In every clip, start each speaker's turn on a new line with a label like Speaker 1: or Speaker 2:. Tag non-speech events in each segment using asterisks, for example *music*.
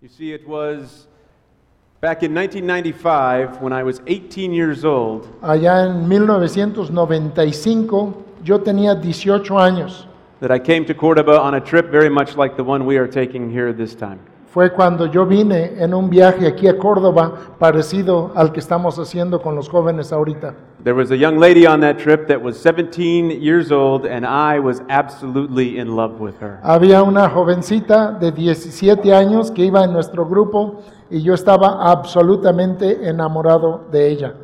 Speaker 1: You see, it was back in 1995 when I was 18 years old.
Speaker 2: Allá en 1995 yo tenía 18 años.
Speaker 1: that I came to Cordoba on a trip very much like the one we are taking here this time.
Speaker 2: Fue cuando yo vine en un viaje aquí a Córdoba parecido al que estamos haciendo con los jóvenes ahorita.
Speaker 1: There was a young lady on that trip that was 17 years old, and I was absolutely in love with her.
Speaker 2: Había una jovencita de 17 años que iba en nuestro grupo y yo estaba absolutamente enamorado de ella.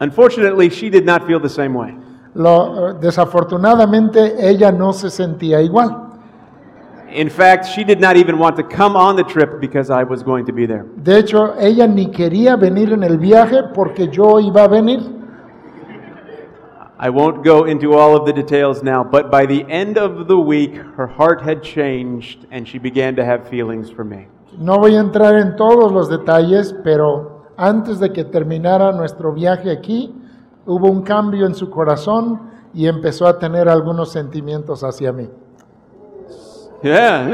Speaker 1: Unfortunately, she did not feel the same way.
Speaker 2: Lo- desafortunadamente ella no se sentía igual.
Speaker 1: In fact, she did not even want to come on the trip because I was going to be there.
Speaker 2: De hecho, ella ni quería venir en el viaje porque yo iba a venir.
Speaker 1: I won't go into all of the details now, but by the end of the week, her heart had changed and she began to have feelings for me.
Speaker 2: No voy a entrar en todos los detalles, pero antes de que terminara nuestro viaje aquí, hubo un cambio en su corazón y empezó a tener algunos sentimientos hacia mí.
Speaker 1: Yeah.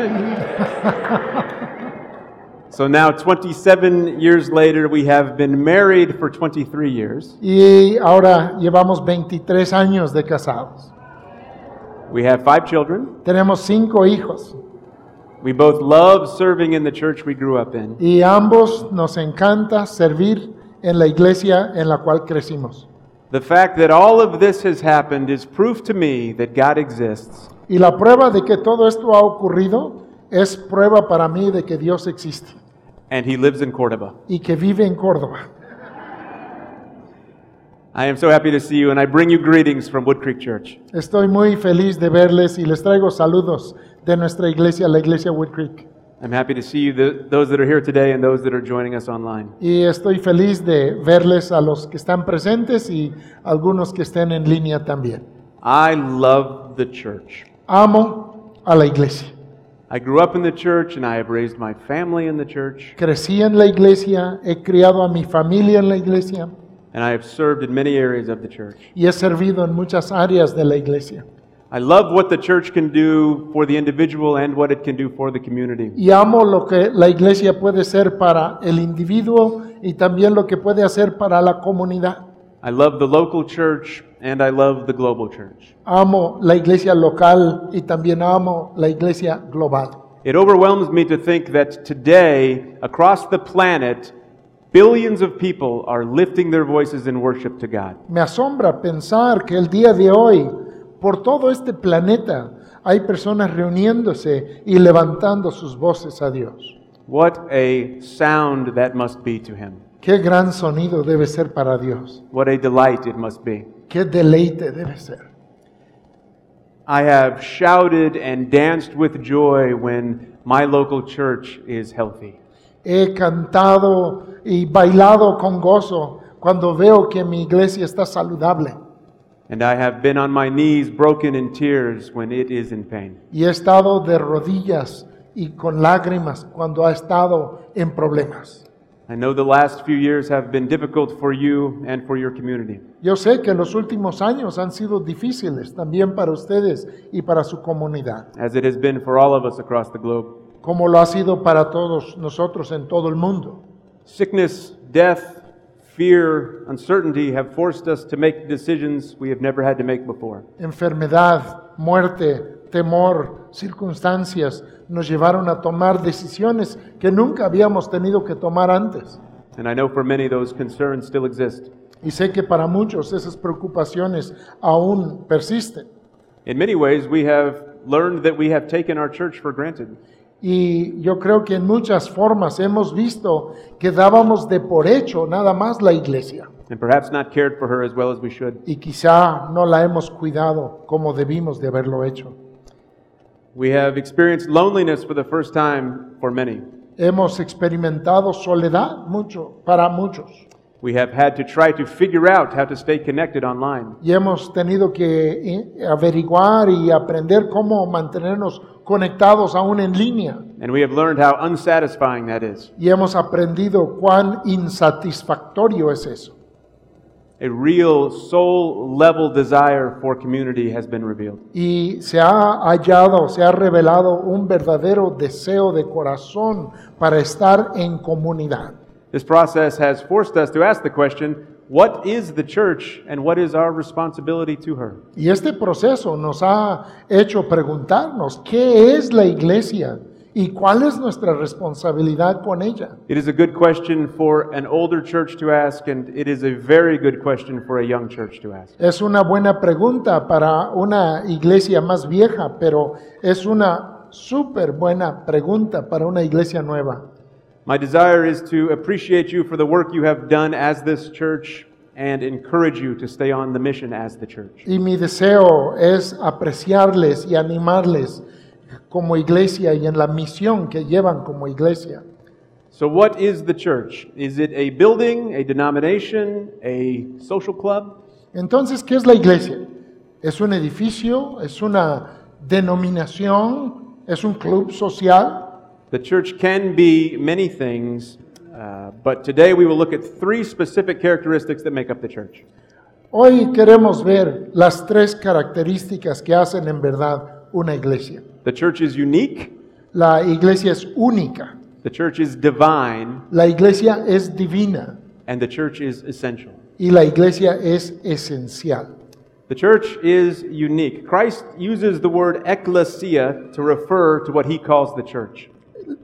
Speaker 1: *laughs* so now, 27 years later, we have been married for 23 years.
Speaker 2: Y ahora llevamos 23 años de casados.
Speaker 1: We have five children.
Speaker 2: Tenemos cinco hijos
Speaker 1: We both love serving in the church we grew up in.
Speaker 2: y ambos nos encanta servir en la iglesia en la cual crecimos.
Speaker 1: The fact that all of this has happened is proof to me that God exists
Speaker 2: Y la prueba de que todo esto ha ocurrido es prueba para mí de que Dios existe
Speaker 1: and He lives in Cordoba.
Speaker 2: y que vive en Córdoba.
Speaker 1: I am so happy to see you, and I bring you greetings from Wood Creek Church.
Speaker 2: Estoy muy feliz de verles y les traigo saludos de nuestra iglesia, la iglesia Wood Creek.
Speaker 1: I'm happy to see you, th those that are here today and those that are joining us online.
Speaker 2: Y estoy feliz de verles a los que están presentes y algunos que estén en línea también.
Speaker 1: I love the church.
Speaker 2: Amo a la iglesia.
Speaker 1: I grew up in the church, and I have raised my family in the church.
Speaker 2: Crecí en la iglesia, he criado a mi familia en la iglesia
Speaker 1: and I have served in many areas of the church.
Speaker 2: y he servido en muchas áreas de la iglesia.
Speaker 1: I love what the church can do for the individual and what it can do for the community.
Speaker 2: Y amo lo que la iglesia puede ser para el individuo y también lo que puede hacer para la comunidad.
Speaker 1: I love the local church and I love the global church.
Speaker 2: Amo la iglesia local y también amo la iglesia global.
Speaker 1: It overwhelms me to think that today, across the planet, billions of people are lifting their voices in worship to God.
Speaker 2: Me asombra pensar que el día de hoy, por todo este planeta, hay personas reuniéndose y levantando sus voces a Dios.
Speaker 1: What a sound that must be to Him.
Speaker 2: Qué gran sonido debe ser para Dios.
Speaker 1: What a delight it must be.
Speaker 2: Qué deleite debe ser.
Speaker 1: I have shouted and danced with joy when my local church is healthy.
Speaker 2: He cantado y bailado con gozo cuando veo que mi iglesia está saludable.
Speaker 1: And I have been on my knees, broken in tears, when it is in pain.
Speaker 2: Y he estado de rodillas y con lágrimas cuando ha estado en problemas.
Speaker 1: I know the last few years have been difficult for you and for your community.
Speaker 2: Yo sé que los últimos años han sido difíciles también para ustedes y para su comunidad,
Speaker 1: As it has been for all of us across the globe.
Speaker 2: como lo ha sido para todos nosotros en todo el mundo.
Speaker 1: Sickness, death, fear, uncertainty have forced us to make decisions we have never had to make before.
Speaker 2: Enfermedad, muerte, temor, circunstancias nos llevaron a tomar decisiones que nunca habíamos tenido que tomar antes.
Speaker 1: And I know for many those concerns still exist.
Speaker 2: Y sé que para muchos esas preocupaciones aún persisten.
Speaker 1: In many ways, we have learned that we have taken our church for granted.
Speaker 2: Y yo creo que en muchas formas hemos visto que dábamos de por hecho nada más la iglesia
Speaker 1: And perhaps not cared for her as well as we should.
Speaker 2: y quizá no la hemos cuidado como debimos de haberlo hecho.
Speaker 1: We have experienced loneliness for the first time for many.
Speaker 2: Hemos experimentado soledad mucho para muchos
Speaker 1: We have had to try to figure out how to stay connected online.
Speaker 2: y hemos tenido que eh, averiguar y aprender cómo mantenernos conectados aún en línea
Speaker 1: And we have learned how unsatisfying that is.
Speaker 2: y hemos aprendido cuán insatisfactorio es eso.
Speaker 1: a real soul level desire for community has been revealed.
Speaker 2: y se ha hallado, se ha revelado un verdadero deseo de corazón para estar en comunidad.
Speaker 1: This process has forced us to ask the question what is the church and what is our responsibility to her?
Speaker 2: Y este proceso nos ha hecho preguntarnos qué es la iglesia y cuál es nuestra responsabilidad con ella.
Speaker 1: It is a good question for an older church to ask, and it is a very good question for a young church to ask.
Speaker 2: Es una buena pregunta para una iglesia más vieja, pero es una súper buena pregunta para una iglesia nueva.
Speaker 1: My desire is to appreciate you for the work you have done as this church and encourage you to stay on the mission as the church.
Speaker 2: Y mi deseo es apreciarles y animarles como iglesia y en la misión que llevan como iglesia.
Speaker 1: So, what is the church? Is it a building, a denomination, a social club?
Speaker 2: Entonces, ¿qué es la iglesia? ¿Es un edificio? ¿Es una denominación? ¿Es un club social?
Speaker 1: The church can be many things, uh, but today we will look at three specific characteristics that make up the church.
Speaker 2: Hoy queremos ver las tres características que hacen en verdad una iglesia.
Speaker 1: The church is unique,
Speaker 2: La iglesia es única,
Speaker 1: the church is divine,
Speaker 2: la iglesia es divina
Speaker 1: and the church is essential.
Speaker 2: y la iglesia es esencial.
Speaker 1: The church is unique. Christ uses the word ecclesia to refer to what he calls the church.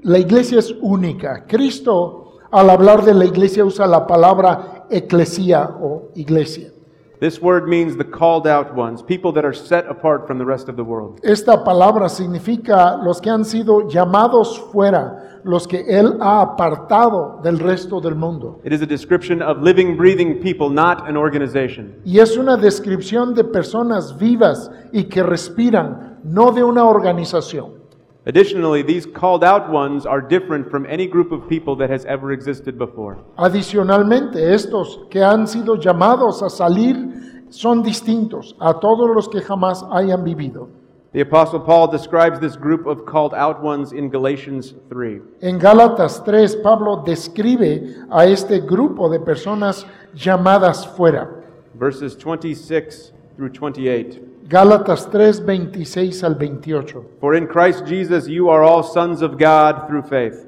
Speaker 2: La iglesia es única. Cristo, al hablar de la iglesia, usa la palabra eclesia o iglesia.
Speaker 1: This word means the called out ones, people that are set apart from the rest of the world.
Speaker 2: Esta palabra significa los que han sido llamados fuera, los que Él ha apartado del resto del mundo.
Speaker 1: It is a description of living, breathing people, not an organization.
Speaker 2: Y es una descripción de personas vivas y que respiran, no de una organización.
Speaker 1: Additionally, these called out ones are different from any group of people that has ever existed before.
Speaker 2: Adicionalmente, estos que han sido llamados a salir son distintos a todos los que jamás hayan vivido.
Speaker 1: The Apostle Paul describes this group of called out ones in Galatians 3.
Speaker 2: En Gálatas 3, Pablo describe a este grupo de personas llamadas fuera.
Speaker 1: verses 26 through 28.
Speaker 2: Gálatas 3, 26 al 28.
Speaker 1: For in Christ Jesus you are all sons of God through faith.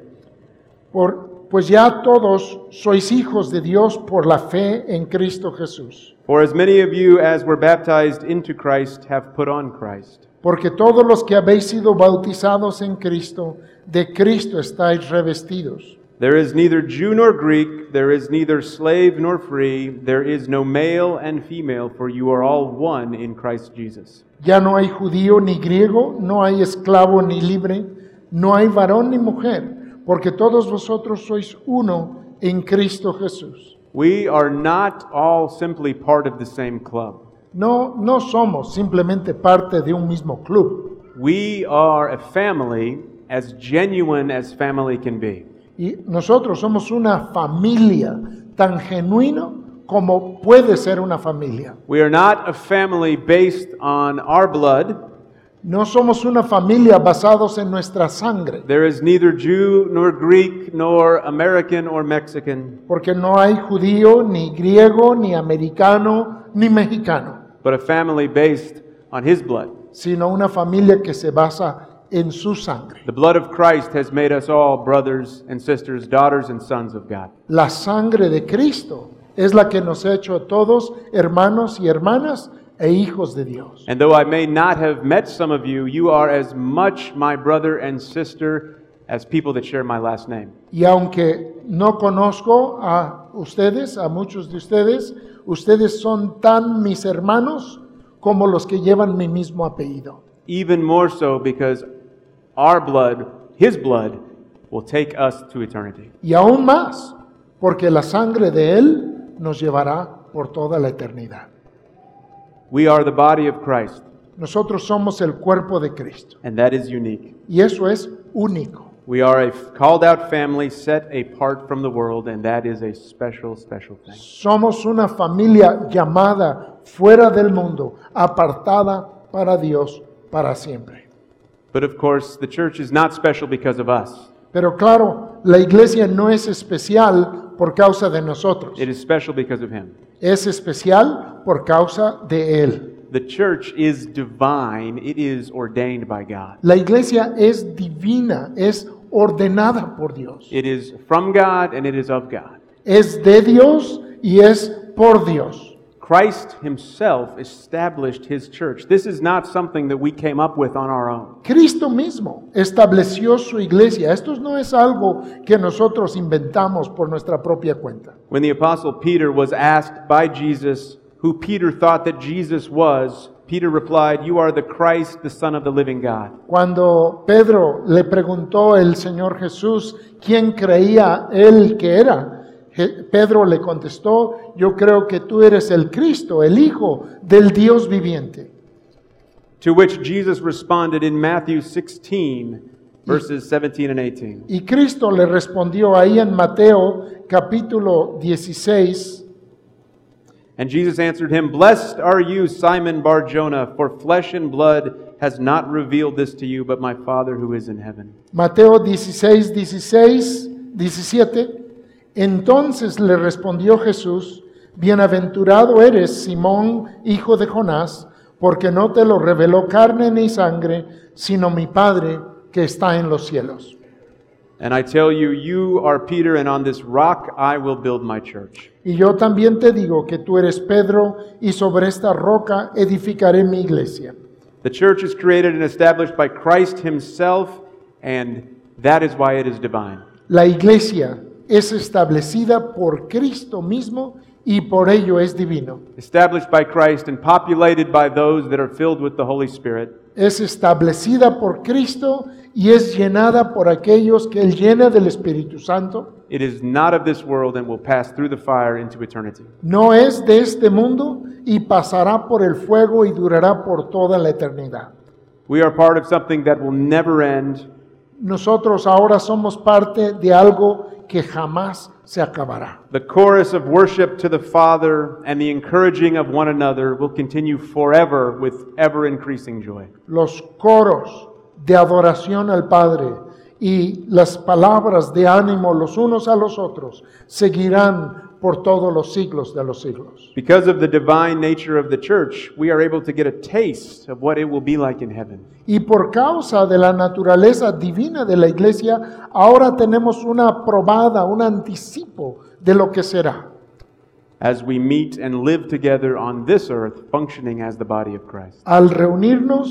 Speaker 2: Por- pues ya todos sois hijos de Dios por la fe en Cristo Jesús.
Speaker 1: For as many of you as were baptized into Christ have put on Christ.
Speaker 2: Porque todos los que habéis sido bautizados en Cristo, de Cristo estáis revestidos.
Speaker 1: There is neither Jew nor Greek, there is neither slave nor free, there is no male and female, for you are all one in Christ Jesus.
Speaker 2: Ya no hay judío ni griego, no hay esclavo ni libre, no hay varón ni mujer, porque todos vosotros sois uno en Cristo Jesús.
Speaker 1: We are not all simply part of the same club.
Speaker 2: No, no somos simplemente parte de un mismo club.
Speaker 1: We are a family as genuine as family can be.
Speaker 2: Y nosotros somos una familia tan genuino como puede ser una familia.
Speaker 1: We are not a family based on our blood.
Speaker 2: No somos una familia basados en nuestra sangre,
Speaker 1: There is neither Jew nor Greek nor American or Mexican,
Speaker 2: porque no hay judío, ni griego, ni americano, ni mexicano,
Speaker 1: but a family based on his blood.
Speaker 2: sino una familia que se basa en su sangre.
Speaker 1: The blood of Christ has made us all brothers and sisters, daughters and sons of God.
Speaker 2: La sangre de Cristo es la que nos ha hecho a todos hermanos y hermanas e hijos de Dios.
Speaker 1: And though I may not have met some of you, you are as much my brother and sister as people that share my last name.
Speaker 2: Y aunque no conozco a ustedes, a muchos de ustedes, ustedes son tan mis hermanos como los que llevan mi mismo apellido.
Speaker 1: Even more so because our blood, his blood, will take us to eternity.
Speaker 2: Y aún más, porque la sangre de Él nos llevará por toda la eternidad.
Speaker 1: We are the body of Christ,
Speaker 2: Nosotros somos el cuerpo de Cristo
Speaker 1: and that is unique.
Speaker 2: y eso es único.
Speaker 1: We are a called out family set apart from the world, and that is a special, special thing.
Speaker 2: Somos una familia llamada fuera del mundo, apartada para Dios para siempre.
Speaker 1: But of course, the church is not special because of us.
Speaker 2: Pero claro, la iglesia no es especial por causa de nosotros.
Speaker 1: It is special because of Him.
Speaker 2: es especial por causa de Él.
Speaker 1: The church is divine, it is ordained by God.
Speaker 2: La iglesia es divina, es ordenada por Dios.
Speaker 1: It is from God and it is of God.
Speaker 2: Es de Dios y es por Dios.
Speaker 1: Christ himself established his church. This is not something that we came up with on our own.
Speaker 2: Cristo mismo estableció su iglesia. Esto no es algo que nosotros inventamos por nuestra propia cuenta.
Speaker 1: When the apostle Peter was asked by Jesus who Peter thought that Jesus was, Peter replied, You are the Christ, the Son of the living God.
Speaker 2: Cuando Pedro le preguntó el Señor Jesús quién creía él que era, Je- Pedro le contestó, yo creo que tú eres el Cristo, el Hijo del Dios viviente.
Speaker 1: To which Jesus responded in Matthew 16, verses 17 and 18.
Speaker 2: Y Cristo le respondió ahí en Mateo capítulo 16,
Speaker 1: And Jesus answered him, Blessed are you, Simon Bar Jonah, for flesh and blood has not revealed this to you, but my Father who is in heaven.
Speaker 2: Mateo 16, 16, 17. Entonces le respondió Jesús, Bienaventurado eres, Simón, hijo de Jonás, porque no te lo reveló carne ni sangre, sino mi Padre que está en los cielos.
Speaker 1: And I tell you, you are Peter, and on this rock I will build my church.
Speaker 2: Y yo también te digo que tú eres Pedro, y sobre esta roca edificaré mi iglesia.
Speaker 1: The church is created and established by Christ himself, and that is why it is divine.
Speaker 2: La iglesia es establecida por Cristo mismo y por ello es divino.
Speaker 1: Established by Christ and populated by those that are filled with the Holy Spirit,
Speaker 2: es establecida por Cristo y es llenada por aquellos que Él llena del Espíritu Santo.
Speaker 1: it is not of this world and will pass through the fire into eternity.
Speaker 2: No es de este mundo y pasará por el fuego y durará por toda la eternidad.
Speaker 1: We are part of something that will never end,
Speaker 2: Nosotros ahora somos parte de algo que jamás se acabará.
Speaker 1: The chorus of worship to the Father and the encouraging of one another will continue forever with ever increasing joy.
Speaker 2: Los coros de adoración al Padre y las palabras de ánimo los unos a los otros seguirán por todos los siglos de los siglos.
Speaker 1: Because of the divine nature of the church, we are able to get a taste of what it will be like in heaven.
Speaker 2: Y por causa de la naturaleza divina de la iglesia, ahora tenemos una probada, un anticipo de lo que será.
Speaker 1: As we meet and live together on this earth, functioning as the body of Christ.
Speaker 2: Al reunirnos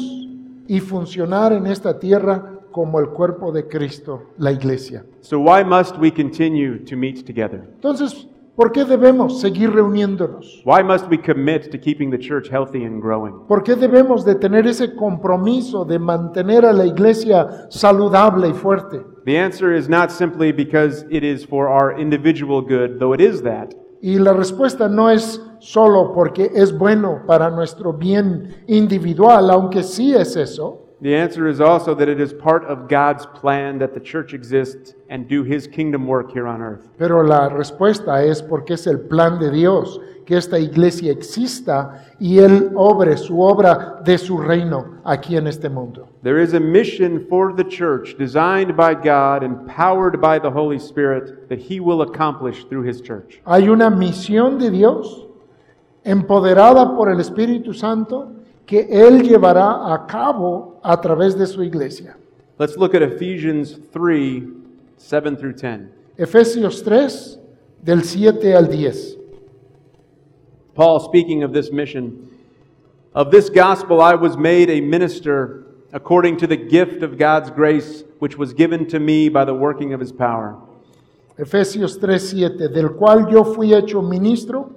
Speaker 2: y funcionar en esta tierra como el cuerpo de Cristo, la iglesia.
Speaker 1: So, why must we continue to meet together?
Speaker 2: Entonces, ¿por qué debemos seguir reuniéndonos?
Speaker 1: Why must we commit to keeping the church healthy and growing?
Speaker 2: ¿Por qué debemos de tener ese compromiso de mantener a la iglesia saludable y fuerte?
Speaker 1: The answer is not simply because it is for our individual good, though it is that.
Speaker 2: Y la respuesta no es solo porque es bueno para nuestro bien individual, aunque sí es eso.
Speaker 1: The answer is also that it is part of God's plan that the church exists and do his kingdom work here on earth.
Speaker 2: Pero la respuesta es porque es el plan de Dios que esta iglesia exista y Él obre su obra de su reino aquí en este mundo.
Speaker 1: There is a mission for the church designed by God, empowered by the Holy Spirit, that he will accomplish through his church.
Speaker 2: Hay una misión de Dios empoderada por el Espíritu Santo que Él llevará a cabo a través de su iglesia.
Speaker 1: Let's look at Ephesians 3 7 through 10.
Speaker 2: Efesios 3, del 7 al 10.
Speaker 1: Paul, speaking of this mission, of this gospel I was made a minister according to the gift of God's grace, which was given to me by the working of his power.
Speaker 2: Efesios 3:7, del cual yo fui hecho ministro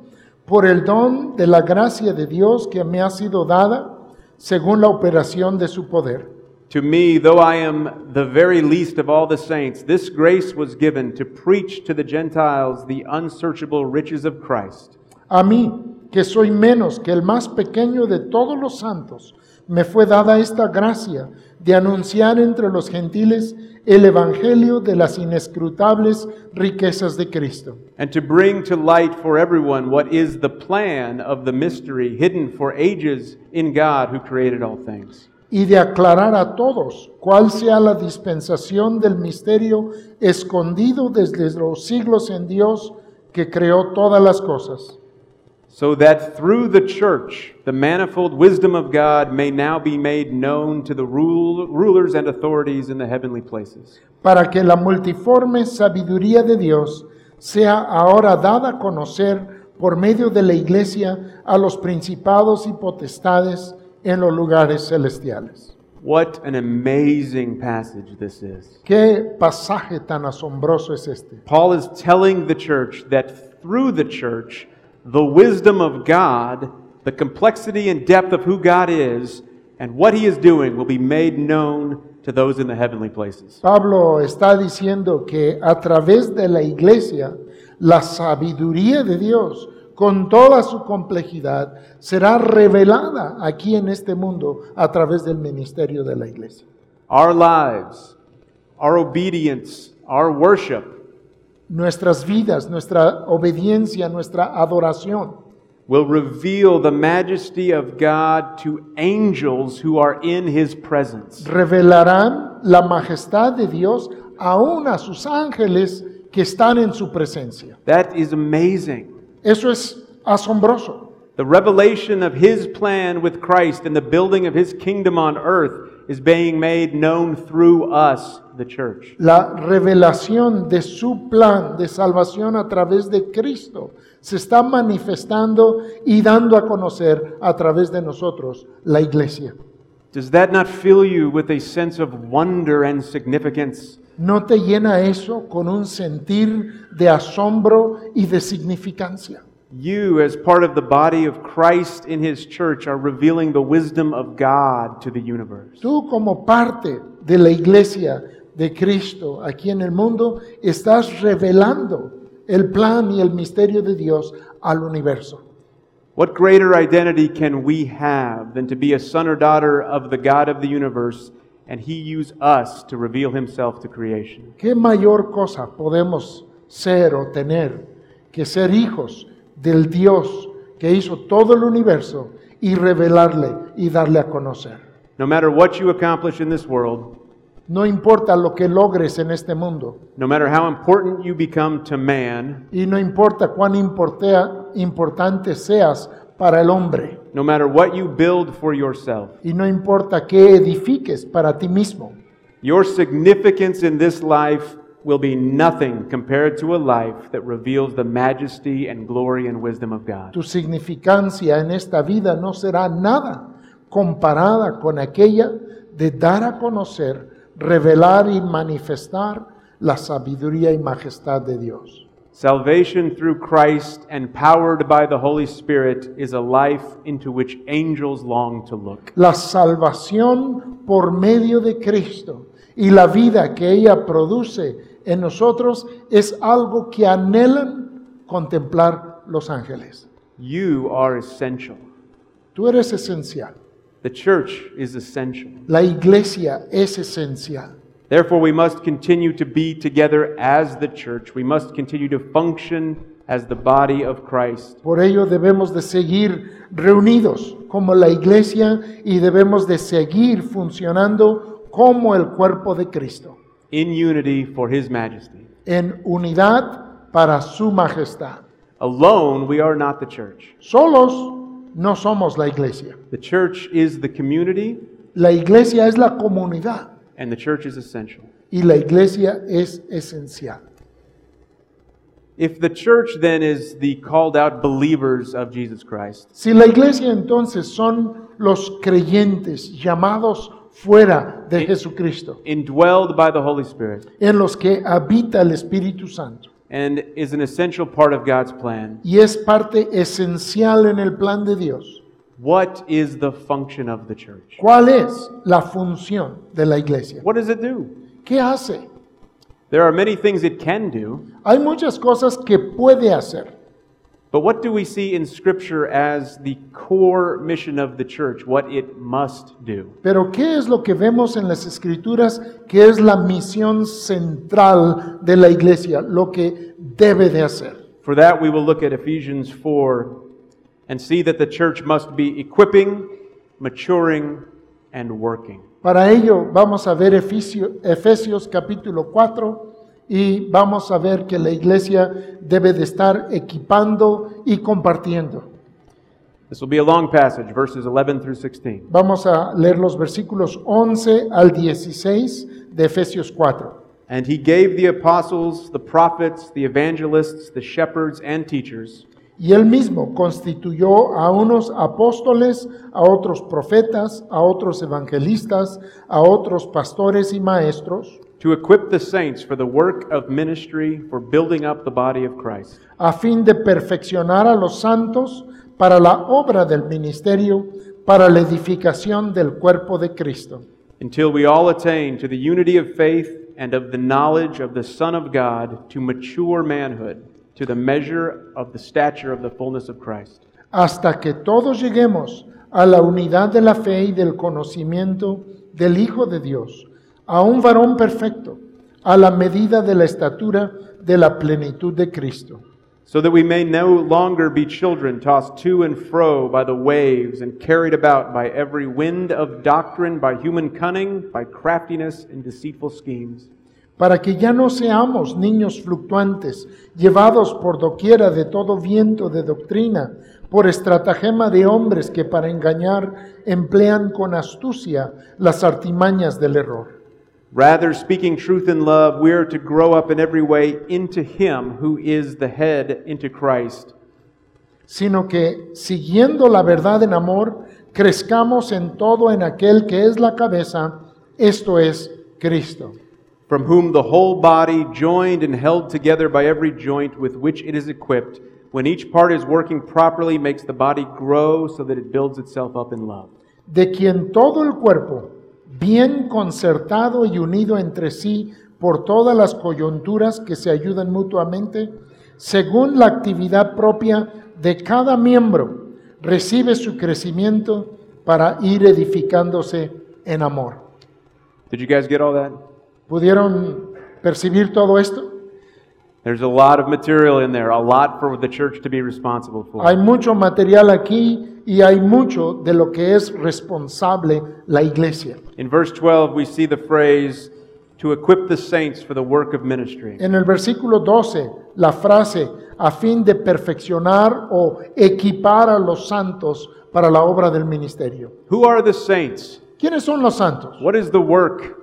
Speaker 2: por el don de la gracia de Dios que me ha sido dada según la operación de su poder.
Speaker 1: To me, though I am the very least of all the saints, this grace was given to preach to the Gentiles the unsearchable riches of Christ,
Speaker 2: A mí, que soy menos que el más pequeño de todos los santos, me fue dada esta gracia de anunciar entre los gentiles el evangelio de las inescrutables riquezas de Cristo.
Speaker 1: and to bring to light for everyone what is the plan of the mystery hidden for ages in God who created all things,
Speaker 2: y de aclarar a todos cuál sea la dispensación del misterio escondido desde los siglos en Dios que creó todas las cosas,
Speaker 1: so that through the church the manifold wisdom of God may now be made known to the rule, rulers and authorities in the heavenly places.
Speaker 2: para que la multiforme sabiduría de Dios sea ahora dada a conocer por medio de la iglesia a los principados y potestades en los lugares celestiales.
Speaker 1: What an amazing passage this is.
Speaker 2: Qué pasaje tan asombroso es este.
Speaker 1: Paul is telling the church that through the church, the wisdom of God, the complexity and depth of who God is, and what he is doing will be made known to those in the heavenly places.
Speaker 2: Pablo está diciendo que a través de la iglesia, la sabiduría de Dios, con toda su complejidad, será revelada aquí en este mundo a través del ministerio de la iglesia.
Speaker 1: Our lives, our obedience, our worship
Speaker 2: Nuestras vidas, nuestra obediencia, nuestra adoración
Speaker 1: will reveal the majesty of God to angels who are in his presence.
Speaker 2: revelarán la majestad de Dios aún a sus ángeles que están en su presencia.
Speaker 1: That is amazing.
Speaker 2: Eso es asombroso.
Speaker 1: The revelation of his plan with Christ and the building of his kingdom on earth is being made known through us, the church.
Speaker 2: La revelación de su plan de salvación a través de Cristo se está manifestando y dando a conocer a través de nosotros, la iglesia.
Speaker 1: Does that not fill you with a sense of wonder and significance?
Speaker 2: ¿No te llena eso con un sentir de asombro y de significancia?
Speaker 1: You, as part of the body of Christ in his church, are revealing the wisdom of God to the universe.
Speaker 2: Tú como parte de la iglesia de Cristo aquí en el mundo, estás revelando el plan y el misterio de Dios al universo.
Speaker 1: What greater identity can we have than to be a son or daughter of the God of the universe and he use us to reveal himself to creation?
Speaker 2: ¿Qué mayor cosa podemos ser o tener que ser hijos del Dios que hizo todo el universo y revelarle y darle a conocer?
Speaker 1: No matter what you accomplish in this world,
Speaker 2: No importa lo que logres en este mundo
Speaker 1: no matter how important you become to man,
Speaker 2: y no importa cuán importea- importante seas para el hombre
Speaker 1: no matter what you build for yourself,
Speaker 2: y no importa qué edifiques para ti mismo,
Speaker 1: your significance in this life will be nothing compared to a life that reveals the majesty and glory and wisdom of God.
Speaker 2: tu significancia en esta vida no será nada comparada con aquella de dar a conocer, revelar y manifestar la sabiduría y majestad de Dios.
Speaker 1: Salvation through Christ and powered by the Holy Spirit is a life into which angels long to look.
Speaker 2: La salvación por medio de Cristo y la vida que ella produce en nosotros es algo que anhelan contemplar los ángeles.
Speaker 1: You are essential.
Speaker 2: Tú eres esencial.
Speaker 1: The church is essential.
Speaker 2: La iglesia es esencial.
Speaker 1: Therefore, we must continue to be together as the church. We must continue to function as the body of Christ.
Speaker 2: Por ello debemos de seguir reunidos como la iglesia y debemos de seguir funcionando como el cuerpo de Cristo,
Speaker 1: in unity for His majesty.
Speaker 2: en unidad para su majestad.
Speaker 1: Alone, we are not the church.
Speaker 2: Solos no somos la iglesia.
Speaker 1: The church is the community,
Speaker 2: La iglesia es la comunidad
Speaker 1: and the church is essential.
Speaker 2: y la iglesia es esencial.
Speaker 1: If the church then is the called out believers of Jesus Christ,
Speaker 2: Si la iglesia entonces son los creyentes llamados fuera de Jesucristo,
Speaker 1: indwelled by the Holy Spirit,
Speaker 2: en los que habita el Espíritu Santo,
Speaker 1: and is an essential part of God's plan,
Speaker 2: y es parte esencial en el plan de Dios.
Speaker 1: what is the function of the church?
Speaker 2: ¿Cuál es la función de la iglesia?
Speaker 1: What does it do?
Speaker 2: ¿Qué hace?
Speaker 1: There are many things it can do,
Speaker 2: Hay muchas cosas que puede hacer,
Speaker 1: but what do we see in Scripture as the core mission of the church? What it must do?
Speaker 2: pero ¿qué es lo que vemos en las escrituras que es la misión central de la iglesia, lo que debe de hacer?
Speaker 1: For that, we will look at Ephesians 4 and see that the church must be equipping, maturing, and working.
Speaker 2: Para ello vamos a ver Efesio- Efesios capítulo 4 y vamos a ver que la iglesia debe de estar equipando y compartiendo.
Speaker 1: This will be a long passage, verses 11 through 16.
Speaker 2: Vamos a leer los versículos 11 al 16 de Efesios 4.
Speaker 1: And he gave the apostles, the prophets, the evangelists, the shepherds, and teachers
Speaker 2: Y él mismo constituyó a unos apóstoles, a otros profetas, a otros evangelistas, a otros pastores y maestros,
Speaker 1: to equip the saints for the work of ministry for building up the body of Christ,
Speaker 2: a fin de perfeccionar a los santos para la obra del ministerio, para la edificación del cuerpo de Cristo,
Speaker 1: until we all attain to the unity of faith and of the knowledge of the Son of God to mature manhood, to the measure of the stature of the fullness of Christ,
Speaker 2: hasta que todos lleguemos a la unidad de la fe y del conocimiento del Hijo de Dios, a un varón perfecto, a la medida de la estatura de la plenitud de Cristo.
Speaker 1: so that we may no longer be children tossed to and fro by the waves and carried about by every wind of doctrine, by human cunning, by craftiness and deceitful schemes.
Speaker 2: para que ya no seamos niños fluctuantes, llevados por doquiera de todo viento de doctrina, por estratagema de hombres que para engañar emplean con astucia las artimañas del error.
Speaker 1: Rather, speaking truth in love, we are to grow up in every way into Him who is the head, into Christ,
Speaker 2: sino que siguiendo la verdad en amor, crezcamos en todo en aquel que es la cabeza, esto es Cristo,
Speaker 1: from whom the whole body, joined and held together by every joint with which it is equipped, when each part is working properly, makes the body grow so that it builds itself up in love.
Speaker 2: de quien todo el cuerpo, bien concertado y unido entre sí por todas las coyunturas que se ayudan mutuamente, según la actividad propia de cada miembro, recibe su crecimiento para ir edificándose en amor.
Speaker 1: Did you guys get all that?
Speaker 2: ¿Pudieron percibir todo esto?
Speaker 1: There's a lot of material in there, a lot for the church to be responsible for.
Speaker 2: Hay mucho material aquí y hay mucho de lo que es responsable la iglesia.
Speaker 1: in verse 12, we see the phrase, to equip the saints for the work of ministry.
Speaker 2: En el versículo 12, la frase a fin de perfeccionar o equipar a los santos para la obra del ministerio.
Speaker 1: Who are the saints?
Speaker 2: ¿Quiénes son los santos?
Speaker 1: What is the work?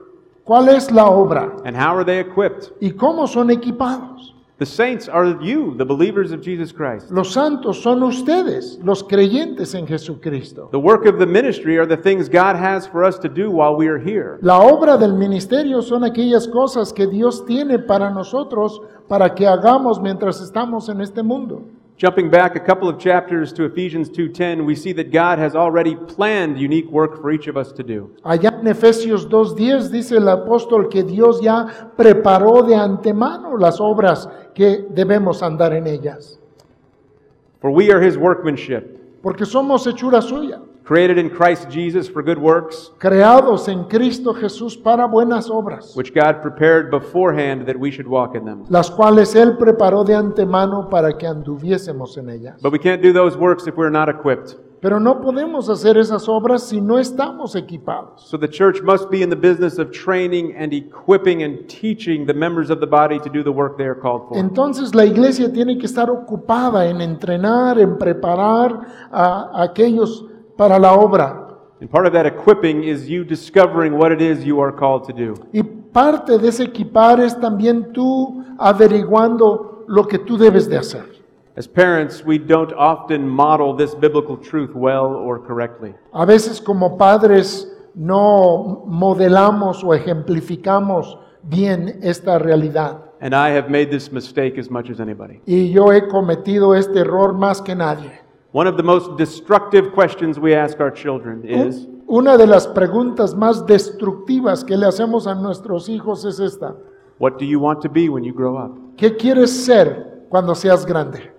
Speaker 2: ¿Cuál es la obra?
Speaker 1: And how are they equipped?
Speaker 2: ¿Y cómo son equipados?
Speaker 1: The saints are you, the believers of Jesus Christ.
Speaker 2: Los santos son ustedes, los creyentes en Jesucristo.
Speaker 1: The work of the ministry are the things God has for us to do while we are here.
Speaker 2: La obra del ministerio son aquellas cosas que Dios tiene para nosotros para que hagamos mientras estamos en este mundo.
Speaker 1: Jumping back a couple of chapters to Ephesians 2:10, we see that God has already planned unique work for each of us to do.
Speaker 2: Allá en Efesios 2.10 dice el apóstol que Dios ya preparó de antemano las obras que debemos andar en ellas,
Speaker 1: For we are his workmanship,
Speaker 2: porque somos hechura suya,
Speaker 1: created in Christ Jesus for good works,
Speaker 2: creados en Cristo Jesús para buenas obras,
Speaker 1: which God prepared beforehand that we should walk in them.
Speaker 2: las cuales Él preparó de antemano para que anduviésemos en ellas.
Speaker 1: But we can't do those works if we're not equipped.
Speaker 2: Pero no podemos hacer esas obras si no estamos equipados.
Speaker 1: So the church must be in the business of training and equipping and teaching the members of the body to do the work they are called for.
Speaker 2: Entonces la iglesia tiene que estar ocupada en entrenar, en preparar a a aquellos para la obra.
Speaker 1: And part of that equipping is you discovering what it is you are called to do.
Speaker 2: Y parte de ese equipar es también tú averiguando lo que tú debes de hacer.
Speaker 1: As parents, we don't often model this biblical truth well or correctly.
Speaker 2: A veces como padres no modelamos o ejemplificamos bien esta realidad.
Speaker 1: And I have made this mistake as much as anybody.
Speaker 2: Y yo he cometido este error más que nadie.
Speaker 1: One of the most destructive questions we ask our children is
Speaker 2: Un- Una de las preguntas más destructivas que le hacemos a nuestros hijos es esta.
Speaker 1: What do you want to be when you grow up?
Speaker 2: ¿Qué quieres ser cuando seas grande?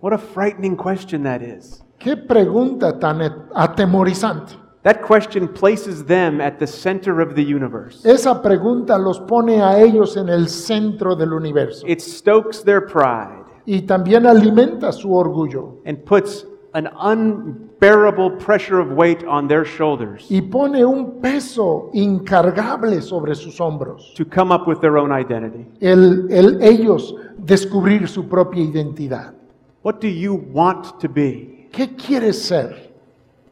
Speaker 1: What a frightening question that is.
Speaker 2: Qué pregunta tan e- atemorizante.
Speaker 1: That question places them at the center of the universe.
Speaker 2: Esa pregunta los pone a ellos en el centro del universo
Speaker 1: It stokes their pride
Speaker 2: y también alimenta su orgullo
Speaker 1: and puts an unbearable pressure of weight on their shoulders
Speaker 2: y pone un peso incargable sobre sus hombros.
Speaker 1: to come up with their own identity.
Speaker 2: El, el ellos descubrir su propia identidad.
Speaker 1: What do you want to be?
Speaker 2: ¿Qué quieres ser?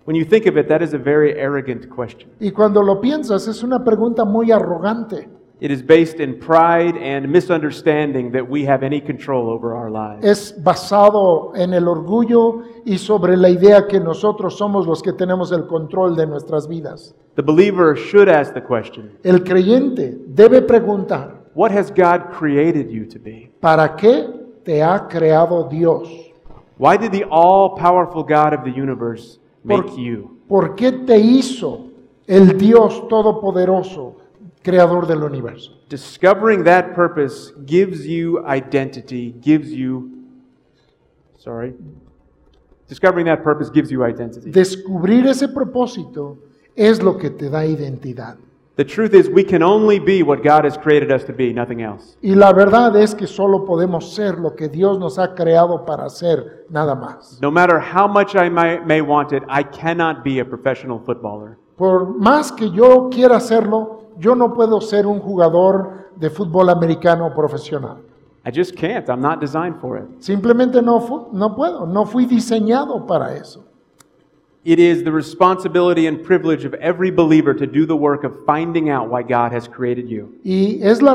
Speaker 1: When you think of it, that is a very arrogant question.
Speaker 2: Y cuando lo piensas, es una pregunta muy arrogante.
Speaker 1: It is based in pride and misunderstanding that we have any control over our lives.
Speaker 2: Es basado en el orgullo y sobre la idea que nosotros somos los que tenemos el control de nuestras vidas.
Speaker 1: The believer should ask the question
Speaker 2: El creyente debe preguntar,
Speaker 1: What has God created you to be?
Speaker 2: ¿para qué te ha creado Dios?
Speaker 1: Why did the all powerful God of the universe
Speaker 2: ¿Por,
Speaker 1: make you?
Speaker 2: por qué te hizo el Dios Todopoderoso, Creador del universo?
Speaker 1: Discovering that purpose gives you identity, gives you. Sorry. Discovering that purpose gives you identity.
Speaker 2: Descubrir ese propósito es lo que te da identidad.
Speaker 1: the truth is, we can only be what God has created us to be, nothing else.
Speaker 2: Y la verdad es que solo podemos ser lo que Dios nos ha creado para ser, nada más.
Speaker 1: No matter how much I may, may want it, I cannot be a professional footballer.
Speaker 2: Por más que yo quiera hacerlo, yo no puedo ser un jugador de fútbol americano profesional.
Speaker 1: I just can't. I'm not designed for it.
Speaker 2: Simplemente no, fu- no puedo, no fui diseñado para eso.
Speaker 1: It is the responsibility and privilege of every believer to do the work of finding out why God has created you.
Speaker 2: Y es la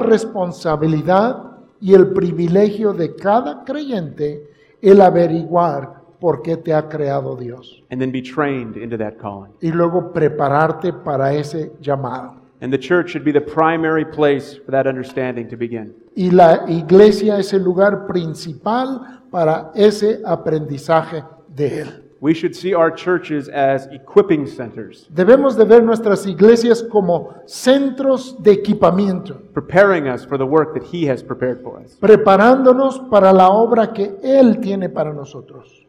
Speaker 2: responsabilidad y el privilegio de cada creyente el averiguar por qué te ha creado Dios
Speaker 1: and then be trained into that calling.
Speaker 2: y luego prepararte para ese llamado.
Speaker 1: And the church should be the primary place for that understanding to begin.
Speaker 2: Y la iglesia es el lugar principal para ese aprendizaje de Él.
Speaker 1: We should see our churches as equipping centers,
Speaker 2: Debemos de ver nuestras iglesias como centros de equipamiento,
Speaker 1: preparing us for the work that He has prepared for us.
Speaker 2: preparándonos para la obra que Él tiene para nosotros.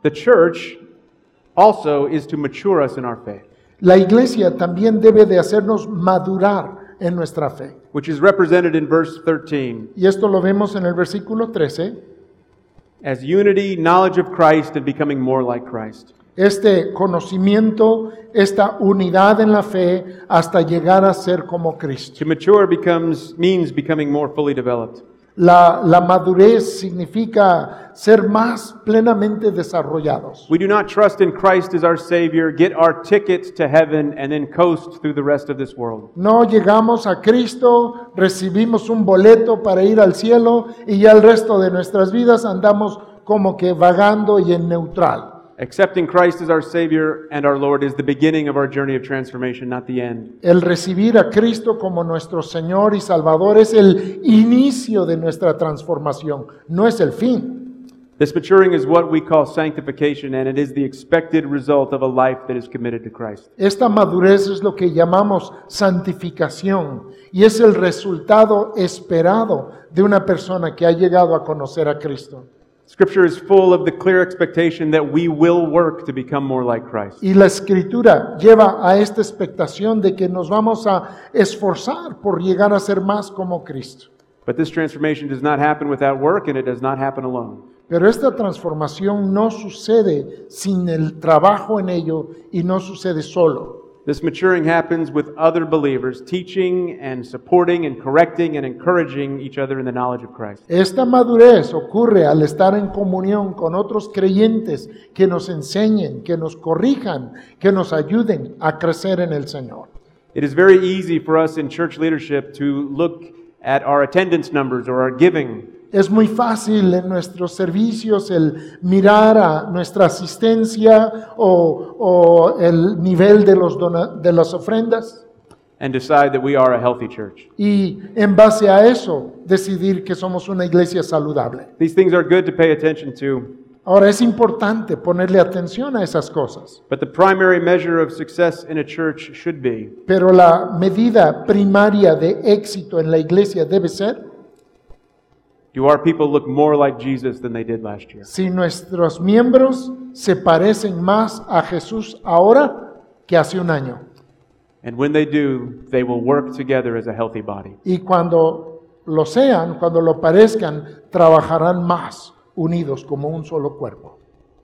Speaker 1: The church also is to mature us in our faith,
Speaker 2: La iglesia también debe de hacernos madurar en nuestra fe.
Speaker 1: which is represented in verse 13
Speaker 2: Y esto lo vemos en el versículo 13.
Speaker 1: as unity, knowledge of Christ, and becoming more like Christ.
Speaker 2: Este conocimiento, esta unidad en la fe hasta llegar a ser como Cristo.
Speaker 1: To mature becomes means becoming more fully developed.
Speaker 2: La, la madurez significa ser más plenamente desarrollados.
Speaker 1: We do not trust in Christ as our Savior, get our ticket to heaven, and then coast through the rest of this world.
Speaker 2: No llegamos a Cristo, recibimos un boleto para ir al cielo y ya el resto de nuestras vidas andamos como que vagando y en neutral.
Speaker 1: Accepting Christ as our Savior and our Lord is the beginning of our journey of transformation, not the end.
Speaker 2: El recibir a Cristo como nuestro Señor y Salvador es el inicio de nuestra transformación, no es el fin.
Speaker 1: This maturing is what we call sanctification, and it is the expected result of a life that is committed to Christ.
Speaker 2: Esta madurez es lo que llamamos santificación y es el resultado esperado de una persona que ha llegado a conocer a Cristo.
Speaker 1: Scripture is full of the clear expectation that we will work to become more like Christ.
Speaker 2: Y la escritura lleva a esta expectación de que nos vamos a esforzar por llegar a ser más como Cristo.
Speaker 1: But this transformation does not happen without work, and it does not happen alone.
Speaker 2: Pero esta transformación no sucede sin el trabajo en ello y no sucede solo.
Speaker 1: This maturing happens with other believers, teaching and supporting and correcting and encouraging each other in the knowledge of Christ.
Speaker 2: Esta madurez ocurre al estar en comunión con otros creyentes que nos enseñen, que nos corrijan, que nos ayuden a crecer en el Señor.
Speaker 1: It is very easy for us in church leadership to look at our attendance numbers or our giving
Speaker 2: Es muy fácil en nuestros servicios el mirar a nuestra asistencia o, o el nivel de, los dona- de las ofrendas
Speaker 1: and decide that we are a healthy church.
Speaker 2: y en base a eso decidir que somos una iglesia saludable.
Speaker 1: These things are good to pay attention to,
Speaker 2: Ahora es importante ponerle atención a esas cosas.
Speaker 1: but the primary measure of success in a church should be
Speaker 2: Pero la medida primaria de éxito en la iglesia debe ser
Speaker 1: do our people look more like Jesus than they did last year?
Speaker 2: si nuestros miembros se parecen más a Jesús ahora que hace un año.
Speaker 1: And when they do, they will work together as a healthy body.
Speaker 2: Y cuando lo sean, cuando lo parezcan, trabajarán más unidos como un solo cuerpo.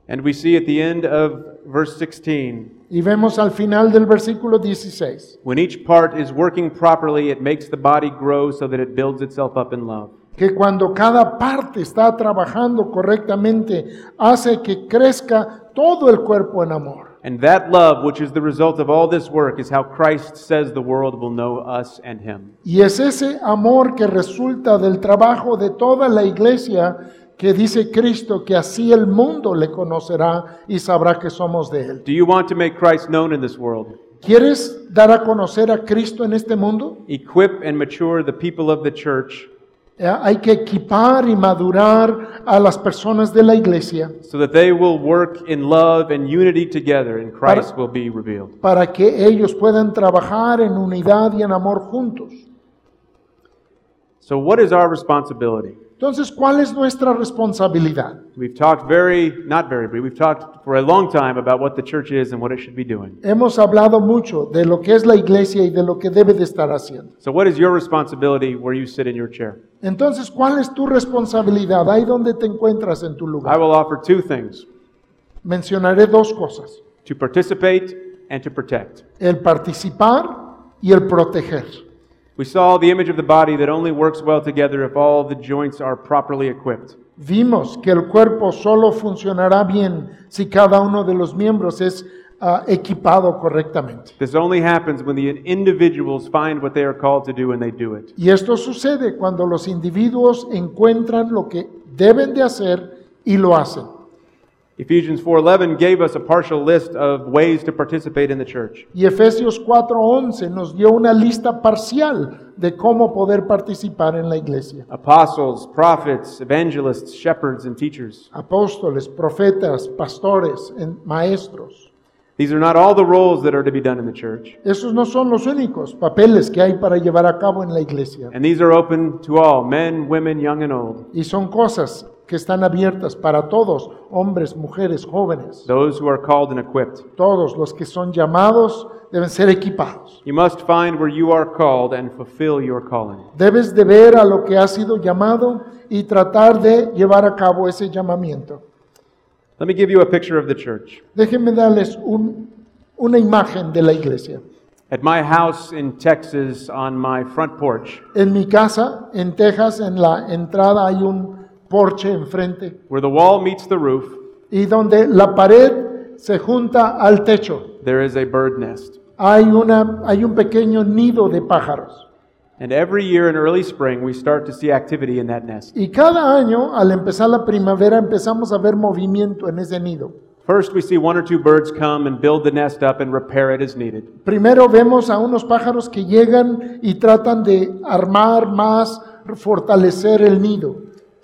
Speaker 1: And we see at the end of verse 16
Speaker 2: Y vemos al final del versículo 16.
Speaker 1: when each part is working properly, it makes the body grow so that it builds itself up in love.
Speaker 2: que cuando cada parte está trabajando correctamente, hace que crezca todo el cuerpo en amor.
Speaker 1: And that love, which is the result of all this work, is how Christ says the world will know us and Him.
Speaker 2: Y es ese amor que resulta del trabajo de toda la iglesia que dice Cristo que así el mundo le conocerá y sabrá que somos de Él.
Speaker 1: Do you want to make Christ known in this world?
Speaker 2: ¿Quieres dar a conocer a Cristo en este mundo?
Speaker 1: Equip and mature the people of the church
Speaker 2: Eh, Hay que equipar y madurar a las personas de la iglesia
Speaker 1: so that they will work in love and unity together, and Christ
Speaker 2: Para-
Speaker 1: will be revealed.
Speaker 2: para que ellos puedan trabajar en unidad y en amor juntos.
Speaker 1: So, what is our responsibility?
Speaker 2: Entonces, ¿cuál es nuestra responsabilidad?
Speaker 1: We've talked very, not very brief, we've talked for a long time about what the church is and what it should be doing.
Speaker 2: Hemos hablado mucho de lo que es la iglesia y de lo que debe de estar haciendo.
Speaker 1: So, what is your responsibility where you sit in your chair?
Speaker 2: Entonces, ¿cuál es tu responsabilidad ahí donde te encuentras en tu
Speaker 1: I
Speaker 2: lugar?
Speaker 1: will offer two things
Speaker 2: Mencionaré dos cosas,
Speaker 1: to participate and to protect.
Speaker 2: el participar y el proteger.
Speaker 1: We saw the image of the body that only works well together if all the joints are properly equipped.
Speaker 2: Vimos que el cuerpo solo funcionará bien si cada uno de los miembros es ah, equipado correctamente.
Speaker 1: This only happens when the individuals find what they are called to do and they do it.
Speaker 2: Y esto sucede cuando los individuos encuentran lo que deben de hacer y lo hacen.
Speaker 1: Ephesians 4:11 gave us a partial list of ways to participate in the church.
Speaker 2: Y Efesios 4:11 nos dio una lista parcial de cómo poder participar en la iglesia.
Speaker 1: Apostles, prophets, evangelists, shepherds, and teachers.
Speaker 2: Apóstoles, profetas, pastores, en- maestros.
Speaker 1: These are not all the roles that are to be done in the church,
Speaker 2: Esos no son los únicos papeles que hay para llevar a cabo en la iglesia.
Speaker 1: and these are open to all, men, women, young and old,
Speaker 2: Y son cosas que están abiertas para todos, hombres, mujeres, jóvenes.
Speaker 1: those who are called and equipped.
Speaker 2: Todos los que son llamados deben ser equipados.
Speaker 1: You must find where you are called and fulfill your calling.
Speaker 2: Debes de ver a lo que has sido llamado y tratar de llevar a cabo ese llamamiento.
Speaker 1: Let me give you a picture of the church.
Speaker 2: Déjenme darles un- una imagen de la iglesia.
Speaker 1: At my house in Texas on my front porch,
Speaker 2: En mi casa, en Texas, en la entrada hay un porche enfrente
Speaker 1: where the wall meets the roof,
Speaker 2: y donde la pared se junta al techo.
Speaker 1: there is a bird nest.
Speaker 2: Hay, una, hay un pequeño nido de pájaros.
Speaker 1: And every year in early spring, we start to see activity in that nest.
Speaker 2: Y cada año, al empezar la primavera, empezamos a ver movimiento en ese nido.
Speaker 1: First, we see one or two birds come and build the nest up and repair it as needed.
Speaker 2: Primero vemos a unos pájaros que llegan y tratan de armar más, fortalecer el nido.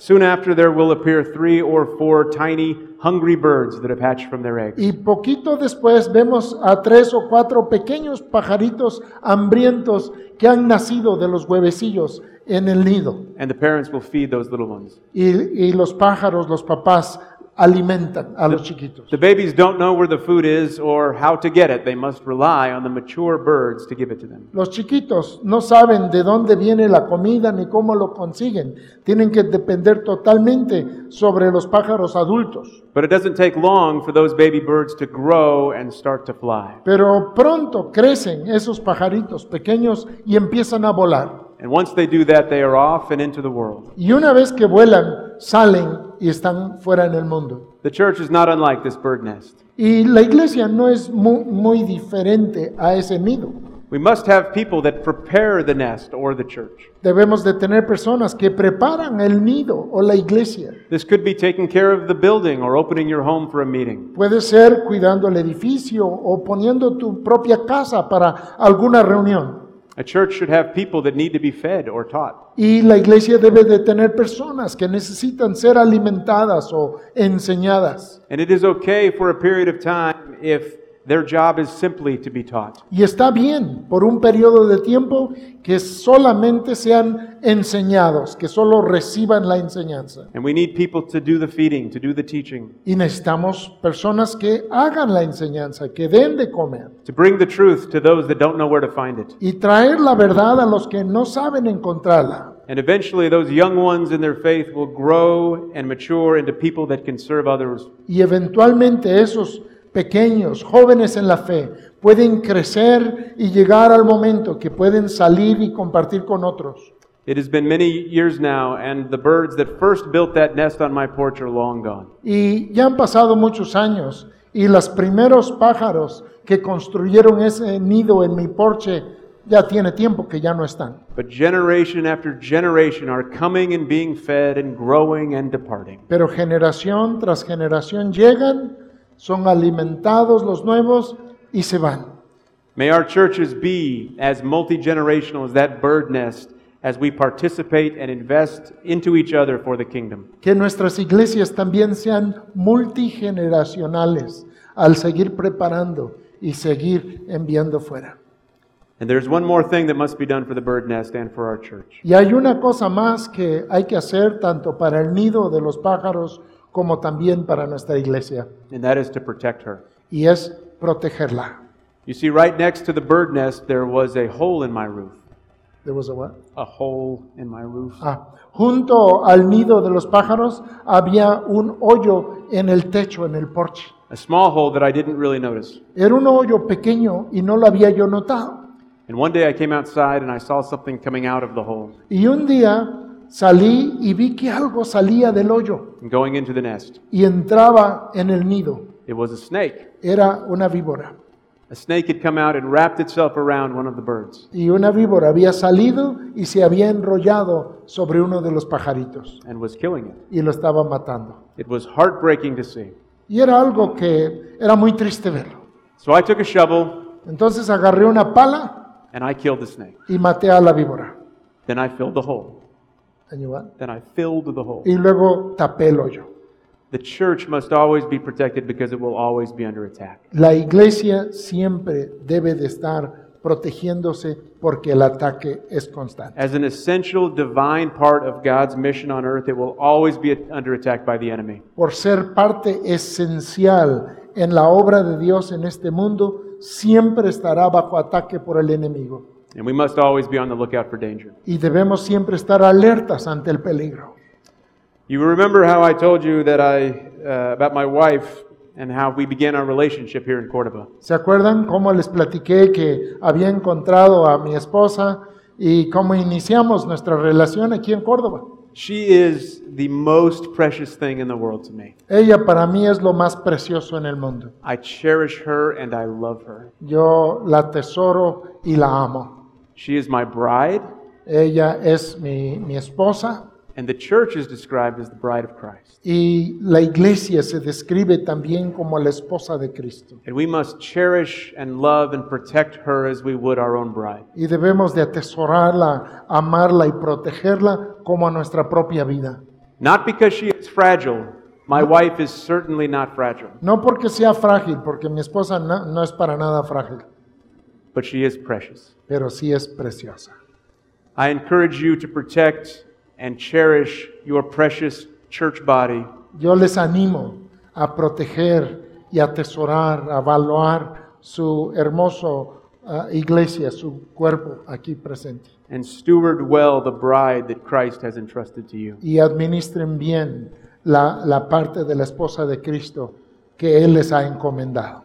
Speaker 1: Soon after, there will appear three or four tiny, hungry birds that have hatched from their eggs.
Speaker 2: Y poquito después vemos a tres o cuatro pequeños pajaritos hambrientos que han nacido de los huevecillos en el nido.
Speaker 1: And the parents will feed those little ones.
Speaker 2: Y, y los pájaros, los papás, alimentan a los chiquitos.
Speaker 1: The babies don't know where the food is or how to get it. They must rely on the mature birds to give it to them.
Speaker 2: Los chiquitos no saben de dónde viene la comida ni cómo lo consiguen. Tienen que depender totalmente sobre los pájaros adultos.
Speaker 1: But it doesn't take long for those baby birds to grow and start to fly.
Speaker 2: Pero pronto crecen esos pajaritos pequeños y empiezan a volar.
Speaker 1: And once they do that, they are off and into the world.
Speaker 2: Y una vez que vuelan, salen y están fuera en el mundo.
Speaker 1: The church is not unlike this bird nest.
Speaker 2: Y la iglesia no es mu- muy, diferente a ese nido.
Speaker 1: We must have people that prepare the nest or the church.
Speaker 2: Debemos de tener personas que preparan el nido o la iglesia.
Speaker 1: This could be taking care of the building or opening your home for a meeting.
Speaker 2: Puede ser cuidando el edificio o poniendo tu propia casa para alguna reunión.
Speaker 1: A church should have people that need to be fed or taught.
Speaker 2: Y la iglesia debe de tener personas que necesitan ser alimentadas o enseñadas.
Speaker 1: And it is okay for a period of time if their job is simply to be taught.
Speaker 2: Y está bien por un periodo de tiempo que solamente sean enseñados, que solo reciban la enseñanza.
Speaker 1: And we need people to do the feeding, to do the teaching,
Speaker 2: Y necesitamos personas que hagan la enseñanza, que den de comer
Speaker 1: to bring the truth to those that don't know where to find it.
Speaker 2: y traer la verdad a los que no saben encontrarla.
Speaker 1: And eventually, those young ones in their faith will grow and mature into people that can serve others.
Speaker 2: Y eventualmente esos pequeños, jóvenes en la fe, pueden crecer y llegar al momento que pueden salir y compartir con otros.
Speaker 1: It has been many years now, and the birds that first built that nest on my porch are long gone.
Speaker 2: Y ya han pasado muchos años y los primeros pájaros que construyeron ese nido en mi porche ya tiene tiempo que ya no están.
Speaker 1: But generation after generation are coming and being fed and growing and departing.
Speaker 2: Pero generación tras generación llegan, son alimentados los nuevos y se van.
Speaker 1: May our churches be as multi generational as that bird nest as we participate and invest into each other for the kingdom.
Speaker 2: Que nuestras iglesias también sean multigeneracionales al seguir preparando y seguir enviando fuera.
Speaker 1: And there's one more thing that must be done for the bird nest and for our church.
Speaker 2: Y hay una cosa más que hay que hacer tanto para el nido de los pájaros como también para nuestra iglesia,
Speaker 1: and that is to protect her.
Speaker 2: y es protegerla.
Speaker 1: You see, right next to the bird nest, there was a hole in my roof.
Speaker 2: There was a what?
Speaker 1: A hole in my roof.
Speaker 2: Ah, junto al nido de los pájaros había un hoyo en el techo, en el porche.
Speaker 1: A small hole that I didn't really notice.
Speaker 2: Era un hoyo pequeño y no lo había yo notado.
Speaker 1: And one day I came outside and I saw something coming out of the hole
Speaker 2: Y un día salí y vi que algo salía del hoyo
Speaker 1: and going into the nest.
Speaker 2: y entraba en el nido.
Speaker 1: It was a snake.
Speaker 2: Era una víbora.
Speaker 1: A snake had come out and wrapped itself around one of the birds.
Speaker 2: Y una víbora había salido y se había enrollado sobre uno de los pajaritos
Speaker 1: and was killing it.
Speaker 2: y lo estaba matando.
Speaker 1: It was heartbreaking to see.
Speaker 2: Y era algo que era muy triste verlo.
Speaker 1: So I took a shovel
Speaker 2: Entonces agarré una pala
Speaker 1: and I killed the snake.
Speaker 2: y maté a la víbora.
Speaker 1: Then I filled the hole. Then I filled the hole.
Speaker 2: Y luego tapé el hoyo.
Speaker 1: The church must always be protected because it will always be under attack.
Speaker 2: La iglesia siempre debe de estar protegiéndose porque el ataque es constante.
Speaker 1: As an essential divine part of God's mission on earth, it will always be under attack by the enemy.
Speaker 2: Por ser parte esencial en la obra de Dios en este mundo, siempre estará bajo ataque por el enemigo.
Speaker 1: And we must always be on the lookout for danger.
Speaker 2: Y debemos siempre estar alertas ante el peligro.
Speaker 1: You remember how I told you that I uh, about my wife and how we began our relationship here in Cordoba.
Speaker 2: ¿Se acuerdan cómo les platiqué que había encontrado a mi esposa y cómo iniciamos nuestra relación aquí en Córdoba?
Speaker 1: She is the most precious thing in the world to me.
Speaker 2: Ella para mí es lo más precioso en el mundo.
Speaker 1: I cherish her and I love her.
Speaker 2: Yo la atesoro y la amo.
Speaker 1: She is my bride,
Speaker 2: Ella es mi, mi esposa
Speaker 1: and the church is described as the bride of Christ.
Speaker 2: y la iglesia se describe también como la esposa de Cristo.
Speaker 1: And we must cherish and love and protect her as we would our own bride.
Speaker 2: Y debemos de atesorarla, amarla y protegerla como a nuestra propia vida.
Speaker 1: Not because she is fragile. My wife is certainly not fragile,
Speaker 2: No porque sea frágil, porque mi esposa no, no es para nada frágil,
Speaker 1: but she is precious.
Speaker 2: pero sí es preciosa.
Speaker 1: I encourage you to protect and cherish your precious church body
Speaker 2: Yo les animo a proteger y atesorar, a valorar su hermoso ah, iglesia, su cuerpo aquí presente.
Speaker 1: and steward well the bride that Christ has entrusted to you.
Speaker 2: Y administren bien la, la parte de la esposa de Cristo que Él les ha encomendado.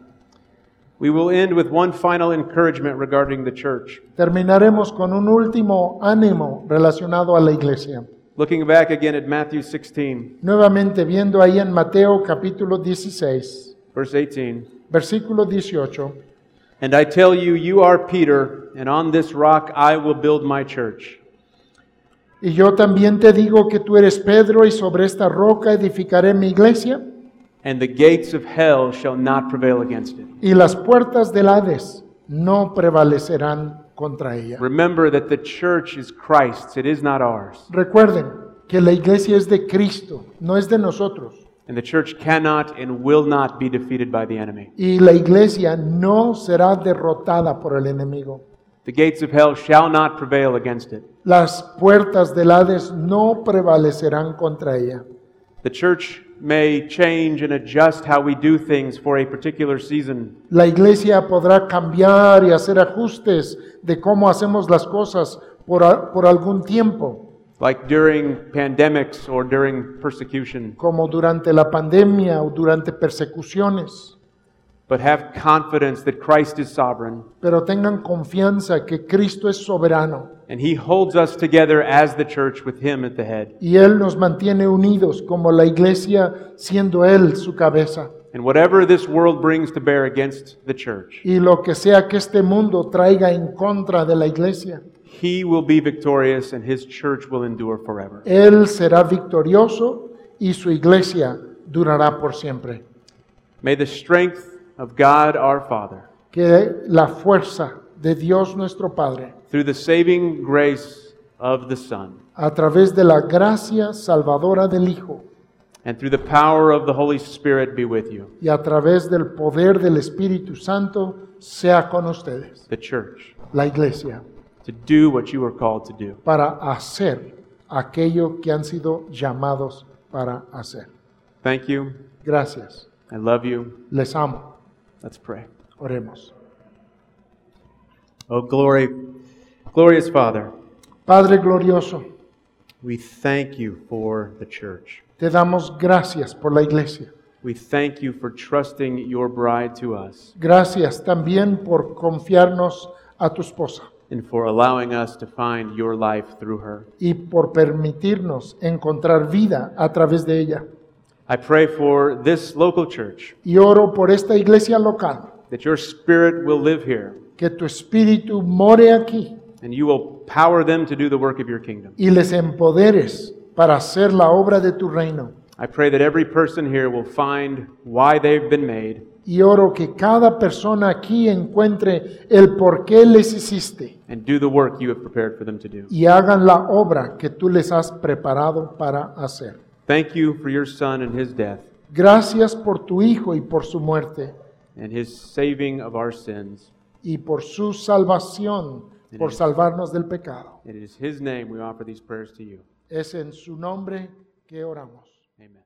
Speaker 1: We will end with one final encouragement regarding the church.
Speaker 2: Terminaremos con un último ánimo relacionado a la iglesia.
Speaker 1: Looking back again at Matthew 16,
Speaker 2: Nuevamente viendo ahí en Mateo capítulo 16,
Speaker 1: verse 18.
Speaker 2: versículo 18.
Speaker 1: And I tell you, you are Peter, and on this rock I will build my church.
Speaker 2: Y yo también te digo que tú eres Pedro y sobre esta roca edificaré mi iglesia
Speaker 1: And the gates of hell shall not prevail against it.
Speaker 2: y las puertas del Hades no prevalecerán contra ella.
Speaker 1: Remember that the church is Christ's, it is not ours.
Speaker 2: Recuerden que la iglesia es de Cristo, no es de nosotros.
Speaker 1: And the church cannot and will not be defeated by the enemy.
Speaker 2: Y la iglesia no será derrotada por el enemigo.
Speaker 1: The gates of hell shall not prevail against it.
Speaker 2: Las puertas del Hades no prevalecerán contra ella.
Speaker 1: The church may change and adjust how we do things for a particular season,
Speaker 2: La iglesia podrá cambiar y hacer ajustes de cómo hacemos las cosas por, a- por algún tiempo,
Speaker 1: like during pandemics or during persecution.
Speaker 2: como durante la pandemia o durante persecuciones,
Speaker 1: but have confidence that Christ is sovereign
Speaker 2: pero tengan confianza que Cristo es soberano
Speaker 1: and He holds us together as the church with Him at the head.
Speaker 2: y Él nos mantiene unidos como la iglesia siendo Él su cabeza.
Speaker 1: And whatever this world brings to bear against the church,
Speaker 2: Y lo que sea que este mundo traiga en contra de la iglesia,
Speaker 1: He will be victorious and His church will endure forever.
Speaker 2: Él será victorioso y su iglesia durará por siempre.
Speaker 1: May the strength of God our Father,
Speaker 2: Que la fuerza de Dios nuestro Padre,
Speaker 1: through the saving grace of the Son,
Speaker 2: a través de la gracia salvadora del Hijo
Speaker 1: and through the power of the Holy Spirit be with you,
Speaker 2: y a través del poder del Espíritu Santo, sea con ustedes,
Speaker 1: the church,
Speaker 2: la iglesia,
Speaker 1: to do what you are called to do.
Speaker 2: para hacer aquello que han sido llamados para hacer.
Speaker 1: Thank you.
Speaker 2: Gracias.
Speaker 1: I love you.
Speaker 2: Les amo.
Speaker 1: Let's pray.
Speaker 2: Oremos.
Speaker 1: Oh, glory, glorious Father,
Speaker 2: Padre glorioso,
Speaker 1: we thank you for the church.
Speaker 2: te damos gracias por la iglesia.
Speaker 1: We thank you for trusting your bride to us
Speaker 2: Gracias también por confiarnos a tu esposa
Speaker 1: and for allowing us to find your life through her.
Speaker 2: y por permitirnos encontrar vida a través de ella.
Speaker 1: I pray for this local church
Speaker 2: Y oro por esta iglesia local,
Speaker 1: that your spirit will live here
Speaker 2: que tu espíritu more aquí
Speaker 1: and you will power them to do the work of your kingdom.
Speaker 2: y les empoderes para hacer la obra de tu reino.
Speaker 1: I pray that every person here will find why they've been made
Speaker 2: Y oro que cada persona aquí encuentre el por qué les hiciste
Speaker 1: and do the work you have prepared for them to do.
Speaker 2: y hagan la obra que tú les has preparado para hacer.
Speaker 1: Thank you for your son and his death
Speaker 2: Gracias por tu Hijo y por su muerte.
Speaker 1: and his saving of our sins.
Speaker 2: y por su salvación, por salvarnos del pecado.
Speaker 1: It is his name we offer these prayers to you.
Speaker 2: Es en su nombre que oramos.
Speaker 1: Amen.